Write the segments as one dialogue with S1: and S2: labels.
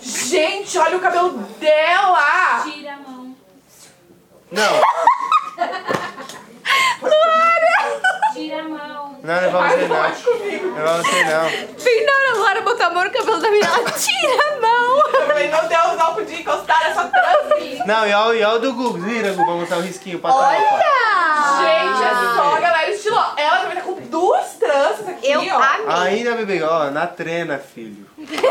S1: Gente, olha o cabelo dela!
S2: Tira a mão.
S3: Não,
S2: Tira a mão.
S3: não, não vamos
S1: Ai,
S3: ser
S1: não
S3: não.
S1: um comigo.
S3: Não vamos ser não.
S4: Bem na hora, a Laura botou a mão no cabelo da menina, ela tira a mão.
S1: Eu falei, meu Deus, não podia encostar nessa trança. Gente,
S3: Não, e olha, e olha o do Gugu. Vira, Gugu, vamos botar o risquinho pra trás.
S4: Ah!
S1: é só a galera estilosa. Ela também tá com duas tranças aqui,
S4: Eu
S1: ó.
S4: amei.
S3: Ainda, bebê, ó, na trena, filho.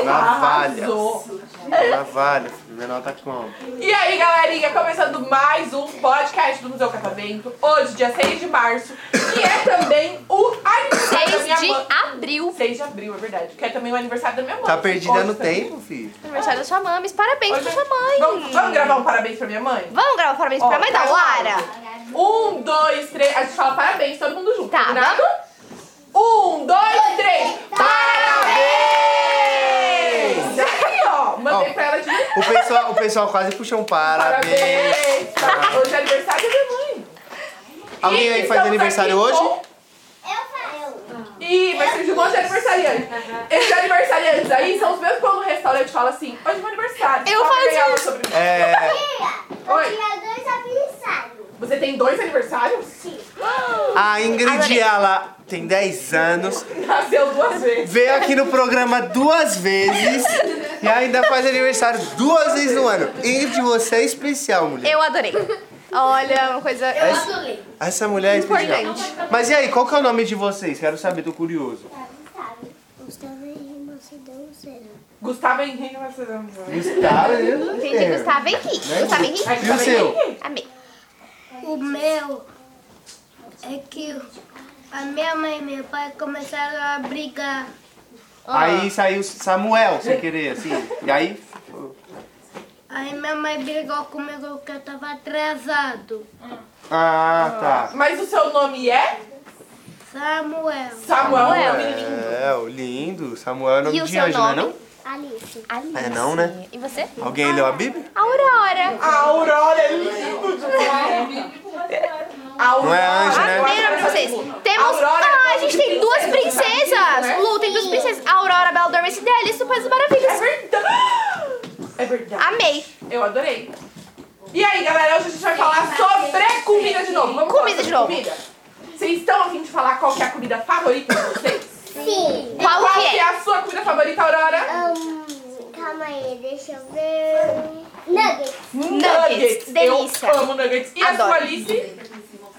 S3: Na valha.
S1: Arrasou.
S3: Na valha, filho. O menor tá com.
S1: E aí, galerinha, começando mais um podcast do Museu Catavento. Hoje, dia 6 de março, que é também o aniversário da
S4: 6
S1: minha
S4: de
S1: mãe.
S4: abril.
S1: 6 de abril, é verdade. Que é também o aniversário da minha mãe.
S3: Tá perdida
S1: Hoje
S3: no
S1: também.
S3: tempo, filho.
S4: Aniversário da sua mames. Parabéns
S1: Hoje
S4: pra
S1: é-
S4: sua mãe.
S1: Vamos, vamos gravar um parabéns pra minha mãe?
S4: Vamos gravar parabéns
S1: Ó,
S4: pra mãe da
S1: faz um
S4: Lara?
S1: áudio. Um, dois, três. A gente fala parabéns, todo mundo junto.
S4: Tá,
S1: combinado? Um, dois, três. Parabéns!
S4: Tá.
S1: Aí, ó. Mandei
S3: Ó.
S1: pra ela de
S3: O pessoal, o pessoal quase puxou um parabéns.
S1: parabéns. Tá? Hoje é aniversário da minha mãe.
S3: Alguém
S1: E
S3: aí faz
S1: estamos
S3: aniversário
S1: Então tá aqui
S3: hoje?
S1: com- Ih, vai surgir um monte de aniversariante. Esses aniversariantes aí são os mesmos que quando no restaurante fala assim, hoje é meu aniversário.
S4: Eu
S1: Só pra
S4: faço
S1: ganhar uma
S4: isso.
S1: sobremesa.
S3: É.
S1: Oi,
S5: dois aniversários.
S1: você tem dois aniversários?
S3: A Ingrid,
S4: Adorei.
S3: ela tem 10 anos,
S1: Nasceu duas vezes.
S3: veio aqui no programa duas vezes e ainda faz aniversário duas vezes no ano. Ingrid, você é especial, mulher.
S4: Eu adorei. Olha, é uma coisa...
S3: Essa, essa mulher é especial.
S4: Importante.
S3: Mas e aí, qual que é o nome de vocês? Quero saber, tô curioso.
S5: Gustavo Henrique Macedão Serra.
S1: Gustavo é Henrique vai fazer aniversário.
S3: Gustavo, né?
S4: Entendi, Gustavo Henrique.
S3: Né?
S4: Gustavo Henrique.
S1: Ai, É.
S3: E o
S1: Gustavo
S3: seu?
S1: Henrique?
S4: Amei.
S5: O meu é que a minha mãe e meu pai começaram a brigar.
S3: Aí saiu Samuel, sem querer, assim. E aí,
S5: Aí minha mãe brigou comigo porque eu tava atrasado.
S3: ah, tá.
S1: Mas o seu nome é
S5: Samuel.
S1: Samuel, é um menininho.
S3: Samuel, lindo. Samuel é
S4: E
S3: nome
S4: o
S3: de
S4: seu
S3: anjo, não é
S4: nome?
S3: não?
S5: Alice.
S1: Ah,
S3: É não, né?
S4: E você?
S3: Alguém leu a Bíblia?
S4: Aurora.
S1: A Aurora é lindo demais. A Aurora.
S3: Não é anjo, né?
S1: Eu acho que
S4: Primeiro
S1: ela
S4: pra vocês.
S1: é linda.
S4: Temos.
S1: Aurora é
S4: ah, a
S1: nome
S4: gente
S1: de
S4: tem duas
S1: princesa,
S4: princesas.
S1: né?
S4: Lu, tem duas princesas. Aurora, Bela Dormice e Alice do País das
S1: É
S4: Maravilhas.
S1: verdade. É verdade.
S4: Amei.
S1: Eu adorei. E aí, galera, hoje a gente vai falar sobre comida de novo. Vamos falar
S4: Comida de
S1: sobre
S4: novo.
S1: Comida. Vocês estão afim de falar qual que é a comida favorita de vocês?
S5: Sim.
S1: E
S4: Qual que
S1: que
S4: é?
S1: é a sua comida favorita, Aurora?
S5: calma aí, deixa eu ver. Nuggets.
S4: Nuggets. Delícia.
S1: Eu amo nuggets. E a
S4: Adoro.
S1: sua, Alice?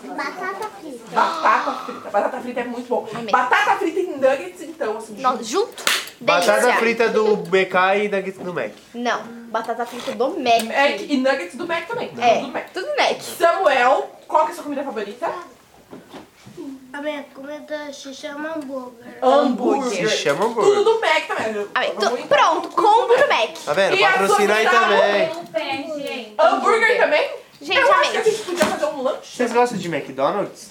S5: Batata frita.
S1: Batata frita. Batata frita é muito bom.
S4: Amei.
S1: Batata frita em nuggets, então, assim.
S4: Nós, junto? Delícia.
S3: Batata frita do BK e da do Mac.
S4: Não. Batata frita do Mac.
S1: Mac e nuggets do Mac também.
S4: É.
S1: Tudo do Mac.
S4: Tudo Mac.
S1: Samuel, qual que é a sua comida favorita?
S5: A minha comida se chama hambúrguer.
S3: Se
S1: Hambúrguer. Ah, então-
S3: chama
S1: Tudo
S3: é hambúrguer.
S1: do Mac também.
S4: Amei. Ah, Tu-
S1: Muito
S4: pronto. Combo do Mac.
S3: Tá vendo?
S1: E a
S3: Patrocina aí
S1: sua comida?
S3: também.
S2: Não perde, um gente.
S1: Hambúrguer também?
S4: Gente,
S1: eu acho
S4: amei.
S1: que a gente podia fazer um lanche.
S3: Vocês gostam de McDonald's?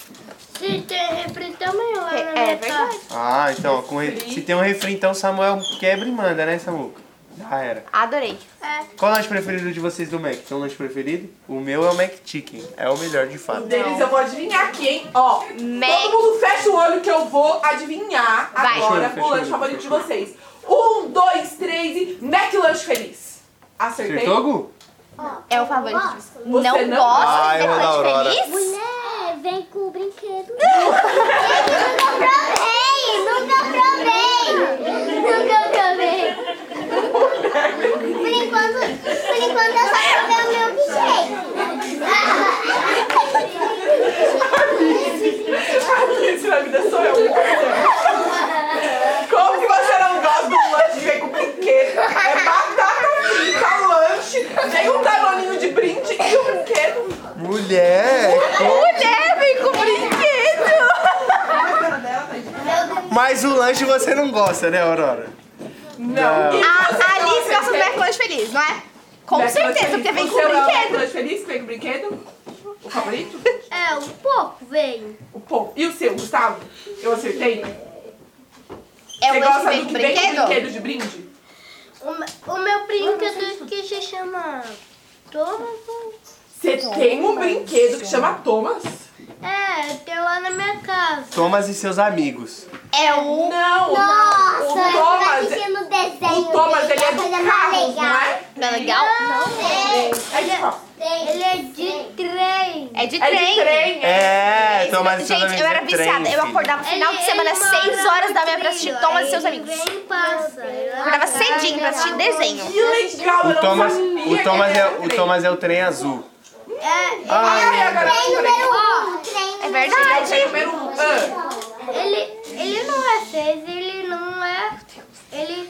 S5: Se tem refri também lá
S4: É,
S5: na
S4: é
S5: minha
S4: verdade.
S5: casa.
S3: Ah, então, com re- se tem um refri, então Samuel quebra e manda, né, Samuca? Já era.
S4: Adorei.
S5: É.
S3: Qual o lanche preferido de vocês do Mac? Tem um lanche preferido? O meu é o Mac Chicken. É o melhor, de fato.
S1: deles, eu vou adivinhar aqui, hein? Ó,
S4: Mac.
S1: todo mundo fecha o olho que eu vou adivinhar
S4: Vai.
S1: agora
S3: Fechou,
S1: o lanche
S3: fechou,
S1: favorito de
S3: fechou.
S1: vocês. Um, dois, três e McLanche Feliz. Acertei?
S3: Acertou, Gu?
S4: É o favorito de vocês.
S1: Você
S4: Não
S1: não-
S4: gosta
S3: Ah,
S4: de
S3: eu vou da Aurora.
S4: feliz?
S5: Mulher, vem com o brinquedo. nunca provei, nunca provei. Nunca
S4: É
S5: provei. Por enquanto, por enquanto eu só provei o meu
S1: Isso na vida sou eu. Como que você não gosta de um lanche vem com brinquedo? É batata frita, lanche, vem um danoninho de brinde e um brinquedo.
S3: Mulher!
S4: Mulher, vem com brinquedo.
S3: Mas o lanche você não gosta, né, Aurora?
S1: Não. E
S4: A
S1: você não
S4: Ah, Alice gosta do
S1: acertou?
S4: McLanche feliz, não é? Com
S1: Mac Lunch
S4: certeza,
S1: Feliz.
S4: porque vem
S1: O
S4: com
S1: seu é o
S4: brinquedo.
S1: Mac Lunch Feliz, que vem com brinquedo? O favorito?
S5: É, um pouco vem.
S1: O pão. E o seu, Gustavo? Eu acertei?
S4: É
S1: Você
S4: o lanche
S1: gosta
S4: vem
S1: do
S4: com
S1: que vem com
S4: brinquedo?
S1: brinquedo de brinde?
S5: O, me- o meu brinquedo que se chama Thomas.
S1: Você tem um brinquedo que chama Thomas?
S5: É, tem lá na minha casa.
S3: Thomas e seus amigos.
S5: É o.
S1: Não!
S5: Nossa,
S1: o
S5: eu tava
S1: Thomas,
S5: assistindo desenho.
S1: o Thomas
S5: dele,
S1: ele é
S5: a coisa
S1: de
S5: mais
S1: carros, não é?
S4: Não é legal?
S5: Não,
S1: É de carro.
S5: é. Ele é de trem.
S4: É de
S1: É de
S4: trem.
S1: trem, é.
S3: É,
S4: Mas,
S3: Thomas e seus amigos.
S4: Gente, eu
S3: é
S4: era
S3: trem,
S4: viciada. Eu
S3: filho.
S4: acordava no final de
S5: Ele-
S4: semana,
S5: ele
S4: 6
S5: mora
S4: horas da
S5: no
S4: manhã pra assistir
S5: trilho,
S4: Thomas e
S5: aí
S4: seus
S5: ele
S4: amigos.
S5: Vem e passa. Eu
S4: Acordava cedinho pra assistir desenho.
S1: Que legal, eu
S3: O
S1: não
S3: Thomas,
S1: sabia
S3: o
S1: que
S3: Thomas
S1: ele
S3: é
S1: era de
S3: o
S1: trem.
S3: Thomas é o trem azul.
S5: É,
S1: Ai, agora eu
S5: trem
S1: lembrei.
S5: número um. Trem
S4: É
S5: número
S4: verdade.
S1: Trem número um. Ah,
S5: Ele, ele não é seis, ele não é. Ele,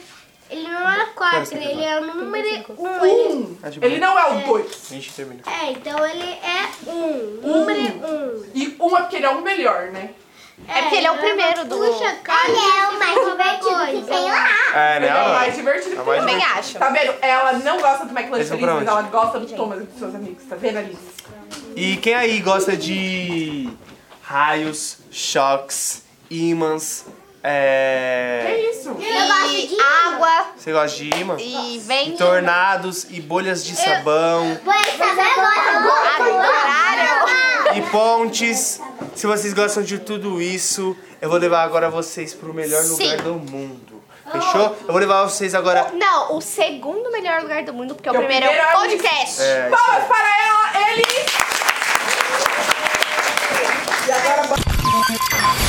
S5: ele não é quatro, ele é o número um. Ele,
S3: Tá
S1: um. Ele não é o dois.
S3: Gente, terminou.
S5: é, então ele é um. Número um.
S1: E um é porque ele é o melhor, né?
S4: É porque ele é o primeiro do.
S5: Puxa, cara, ele é o mais divertido que tem lá.
S3: É, né?
S1: Ele é o mais
S3: ó?
S1: divertido.
S3: É o mais
S1: que tem.
S4: Também acho.
S1: Tá vendo? Ela não gosta do Michael
S3: Eles
S1: Angelis,
S3: vão pra
S1: mas
S3: onde?
S1: ela gosta do Thomas e dos seus amigos. Tá vendo, Alice?
S3: E quem aí gosta de raios, choques, ímãs,
S1: É
S3: é...
S1: isso.
S5: Eu gosto
S4: E
S5: de
S4: água
S3: Você gosta de ímã?
S4: e vento.
S3: Tornados e bolhas de sabão
S5: Pois saber
S4: Adoraram.
S3: e pontes. Se vocês gostam de tudo isso, eu vou levar agora vocês pro melhor lugar
S4: Sim.
S3: do mundo. Fechou? Eu vou levar vocês agora...
S4: Não, o segundo melhor lugar do mundo, porque o
S1: Que é o
S4: primeiro é o
S1: primeiro é o-
S3: É, isso
S4: podcast.
S3: aí.
S1: Palmas para ela, Elis! E agora